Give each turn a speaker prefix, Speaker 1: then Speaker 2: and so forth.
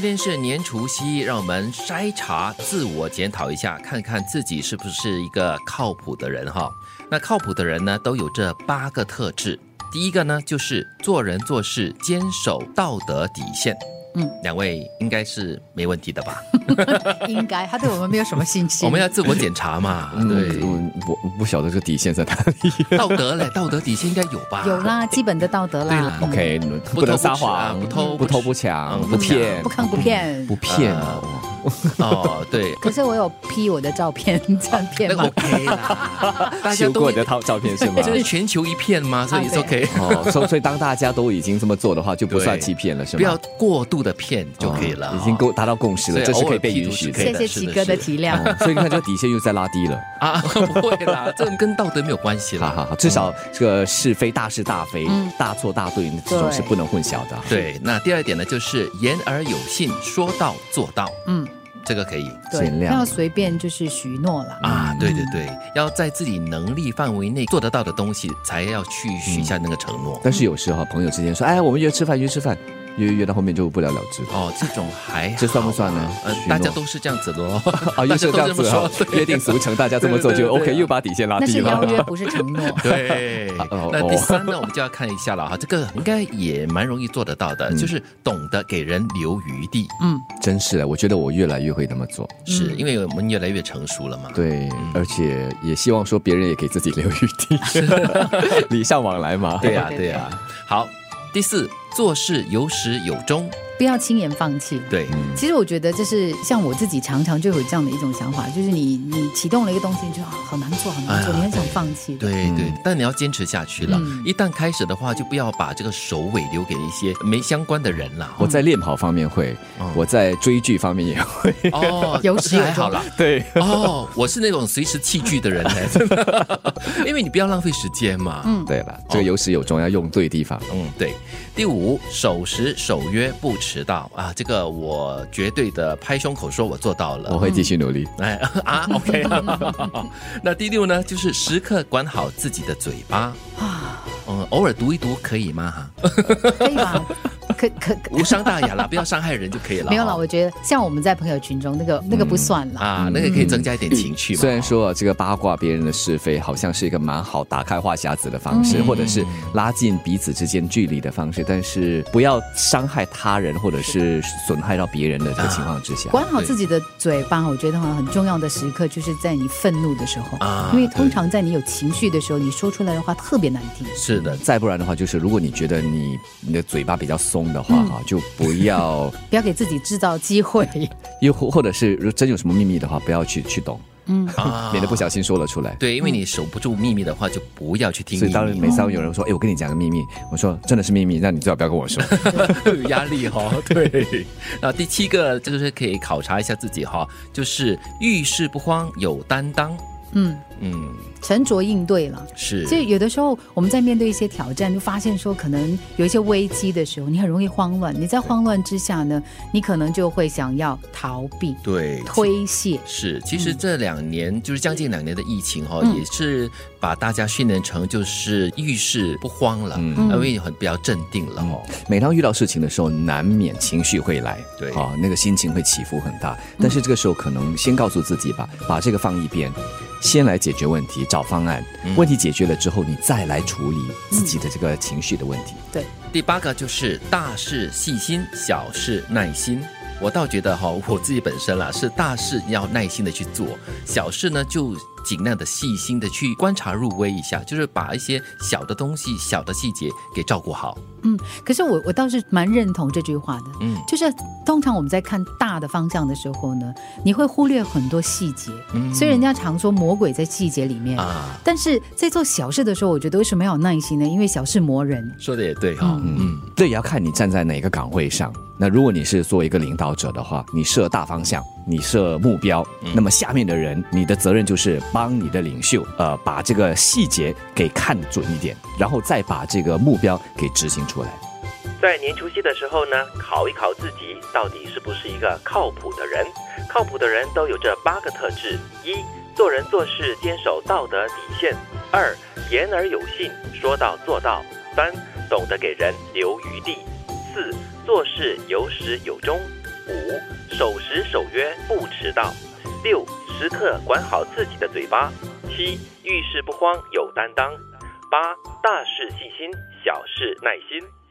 Speaker 1: 天是年除夕，让我们筛查、自我检讨一下，看看自己是不是一个靠谱的人哈。那靠谱的人呢，都有这八个特质。第一个呢，就是做人做事坚守道德底线。
Speaker 2: 嗯，
Speaker 1: 两位应该是没问题的 吧？
Speaker 2: 应该他对我们没有什么信心。
Speaker 1: 我们要自我检查嘛。
Speaker 3: 嗯
Speaker 1: 对，
Speaker 3: 我我不晓得这个底线在哪里。
Speaker 1: 道德嘞，道德底线应该有吧？
Speaker 2: 有啦，基本的道德
Speaker 1: 对
Speaker 2: 啦
Speaker 1: 啦。
Speaker 2: 嗯
Speaker 3: OK，
Speaker 1: 啊不
Speaker 3: 能
Speaker 1: 偷
Speaker 3: 撒
Speaker 1: 不吃啊
Speaker 3: 谎，
Speaker 1: 不偷
Speaker 3: 不
Speaker 1: 不
Speaker 3: 偷
Speaker 1: 吃
Speaker 3: 不抢，
Speaker 1: 嗯
Speaker 3: 不
Speaker 1: 不嗯抢
Speaker 3: 骗，
Speaker 2: 不坑不骗
Speaker 3: 不。骗啊！
Speaker 1: 哦，对，
Speaker 2: 可是我有 P 我的照片， 算骗
Speaker 1: 那个
Speaker 2: 吗？
Speaker 1: OK 啦， 大家
Speaker 3: 修
Speaker 1: 都
Speaker 3: 过你的照照 片是吗？
Speaker 1: 这是全球一片吗？所以
Speaker 2: 啊
Speaker 1: it's
Speaker 2: 对
Speaker 1: OK。
Speaker 3: 哦，所以所以当大家都已经这么做的话，就不算
Speaker 1: 对
Speaker 3: 欺骗了，是吗？
Speaker 1: 不要过度的骗就可以了哈，
Speaker 3: 哦已经够达到共识了，
Speaker 1: 对
Speaker 3: 这是
Speaker 1: 偶尔
Speaker 3: 可以被
Speaker 1: 批
Speaker 3: 允
Speaker 1: 读
Speaker 3: 许
Speaker 1: 是
Speaker 3: 的
Speaker 1: 可
Speaker 3: 哦
Speaker 1: 以
Speaker 2: 谢
Speaker 1: 的
Speaker 2: 谢
Speaker 1: 是
Speaker 2: 七
Speaker 1: 的
Speaker 2: 哥的
Speaker 1: 是的
Speaker 2: 体谅。
Speaker 3: 哦所以你看这个底线又在拉低了。
Speaker 1: 啊， 不会 啦，这跟道德没有关系
Speaker 3: 哈
Speaker 1: 啦。
Speaker 3: 哈，好至
Speaker 1: 嗯
Speaker 3: 少这个是非大是大非、
Speaker 2: 嗯
Speaker 3: 大错大对，这种
Speaker 2: 对
Speaker 3: 是不能混淆的。，
Speaker 1: 对，那第二点呢，就是言而有信，说到做到，
Speaker 2: 嗯，
Speaker 1: 这个可以
Speaker 2: 对，
Speaker 3: 尽
Speaker 2: 不
Speaker 3: 量
Speaker 2: 要随便就是许诺啦。
Speaker 3: 嗯
Speaker 1: 啊。对对对，要在自己能力范围内做得到的东西，才要去许下那个承诺。
Speaker 3: 但是有时候朋友之间说，哎，我们约吃饭，约吃饭，约约到后面就不了了之。
Speaker 1: 哦，这种还好
Speaker 3: 这算不算呢
Speaker 1: 呃
Speaker 3: 许诺
Speaker 1: 大家都是这样子的 哦，大
Speaker 3: 啊，
Speaker 1: 家
Speaker 3: 又是
Speaker 1: 都
Speaker 3: 这样
Speaker 1: 么
Speaker 3: 子哈
Speaker 1: 说，，对
Speaker 3: 约定俗成，大家这么做
Speaker 1: 对对
Speaker 3: 就
Speaker 1: 对对。
Speaker 3: OK，又把底线拉
Speaker 2: 那
Speaker 3: 低
Speaker 2: 是邀
Speaker 3: 了。
Speaker 2: 约，不是承诺
Speaker 1: 对
Speaker 3: 哦，
Speaker 1: 那第三呢，我们就要看一下了哈，这个应该也蛮容易做得到的，
Speaker 3: 嗯
Speaker 1: 就是懂得给人留余地，
Speaker 2: 嗯，
Speaker 3: 真是的，我觉得我越来越会那么做。嗯
Speaker 1: 是因为我们越来越成熟了嘛。
Speaker 3: 对，而且也希望说别人也给自己留余地， 啊礼尚往来嘛。
Speaker 1: 对呀、
Speaker 2: 对
Speaker 1: 对呀、啊好，第四，做事有始有终。嗯
Speaker 2: 不要轻言放弃。
Speaker 1: 对，
Speaker 2: 其实我觉得，就是像我自己常常就有这样的一种想法，就是你你启动了一个东西，你就啊好难做，好难做，
Speaker 1: 哎呀
Speaker 2: 你很想放弃。
Speaker 1: 对对，但你要坚持下去了。
Speaker 2: 嗯
Speaker 1: 一旦开始的话，就不要把这个首尾留给一些没相关的人了。
Speaker 3: 我在练跑方面会，我在追剧方面也会。
Speaker 1: 哦，
Speaker 2: 有始
Speaker 1: 是
Speaker 2: 有终
Speaker 1: 还好啦。
Speaker 3: 对，
Speaker 1: 哦，我是那种随时弃剧的 人呢，真的，因为你不要浪费时间嘛。嗯
Speaker 3: 对了，这个有始有终，要用对地方。
Speaker 1: 对。第五，守时守约不迟到啊，这个我绝对的拍胸口说我做到了。
Speaker 3: 我会继续努力。
Speaker 1: 哎啊，OK 啊。那第六呢，就是时刻管好自己的嘴巴，
Speaker 2: 啊，
Speaker 1: 嗯，偶尔读一读可以吗？哈，
Speaker 2: 可以吧？可 可可
Speaker 1: 无伤大雅啦，不要伤害人就可以了。
Speaker 2: 没有
Speaker 1: 啦，
Speaker 2: 了。我觉得像我们在朋友群中那个那个不算了。
Speaker 1: 啊，那个可以增加一点情趣嘛。
Speaker 3: 虽然说这个八卦别人的是非，好像是一个蛮好打开话匣子的方式，
Speaker 1: 嗯
Speaker 3: 或者是拉近彼此之间距离的方式，但是不要伤害他人，或者是损害到别人的这个情况之下。
Speaker 1: 啊
Speaker 2: 管好自己的嘴巴，我觉得哈很重要的时刻就是在你愤怒的时候，
Speaker 1: 啊
Speaker 2: 因为通常在你有情绪的时候，你说出来的话特别难听。
Speaker 1: 是的，
Speaker 3: 再不然的话，就是如果你觉得你你的嘴巴比较松的
Speaker 1: 嗯
Speaker 3: 话，哈、就不要，
Speaker 2: 不要给自己制造机会。
Speaker 3: 又或或者是如果真有什么秘密的话，不要去去懂，
Speaker 2: 嗯
Speaker 1: 啊
Speaker 3: 嗯免得不小心说了出来。
Speaker 1: 对，因为你守不住秘密的话，就不要去听
Speaker 3: 所以
Speaker 1: 秘
Speaker 3: 当
Speaker 1: 密
Speaker 3: 每，次有人说，哎，我跟你讲个秘密，我说真的是秘密，那你最好不要跟我说。
Speaker 1: 会 有压力哈。 对，那第七个就是可以考察一下自己哈，就是遇事不慌，有担当。
Speaker 2: 嗯，
Speaker 1: 嗯，
Speaker 2: 沉着应对了。
Speaker 1: 是。
Speaker 2: 所以有的时候我们在面对一些挑战，就发现说可能有一些危机的时候，你很容易慌乱。你在慌乱之下呢，你可能就会想要逃避、
Speaker 1: 对，
Speaker 2: 推卸。
Speaker 1: 是，其实这两年、就是将近两年的疫情哈、哦，
Speaker 2: 嗯
Speaker 1: 也是把大家训练成就是遇事不慌了，
Speaker 3: 嗯
Speaker 1: 因为很比较镇定了哦。
Speaker 3: 每当遇到事情的时候，难免情绪会来，
Speaker 1: 对
Speaker 3: 啊、那个心情会起伏很大。但是这个时候，可能先告诉自己吧，把这个放一边，先来解决问题，找方案。问题解决了之后，你再来处理自己的这个情绪的问题。
Speaker 1: 第八个就是大事细心，小事耐心。我倒觉得哈、我自己本身啦是大事要耐心的去做，小事呢就尽量的细心的去观察入微一下，就是把一些小的东西、小的细节给照顾好。
Speaker 2: 嗯，可是我我倒是蛮认同这句话的。
Speaker 1: 嗯
Speaker 2: 就是通常我们在看大的方向的时候呢，你会忽略很多细节，所以人家常说魔鬼在细节里面。
Speaker 1: 嗯啊，
Speaker 2: 但是在做小事的时候，我觉得为什么要有耐心呢？因为小事磨人。
Speaker 1: 说的也对哈、嗯，
Speaker 3: 这也要看你站在哪个岗位上。那如果你是做一个领导者的话，你设大方向，你设目标，那么下面的人，你的责任就是帮你的领袖，呃，把这个细节给看准一点，然后再把这个目标给执行出来。
Speaker 4: 在年除夕的时候呢，考一考自己到底是不是一个靠谱的人。靠谱的人都有这八个特质：一、做人做事坚守道德底线；二、言而有信，说到做到；三、懂得给人留余地；四、做事有始有终；五，守时守约不迟到；六，时刻管好自己的嘴巴；七，遇事不慌有担当；八，大事细心，小事耐心。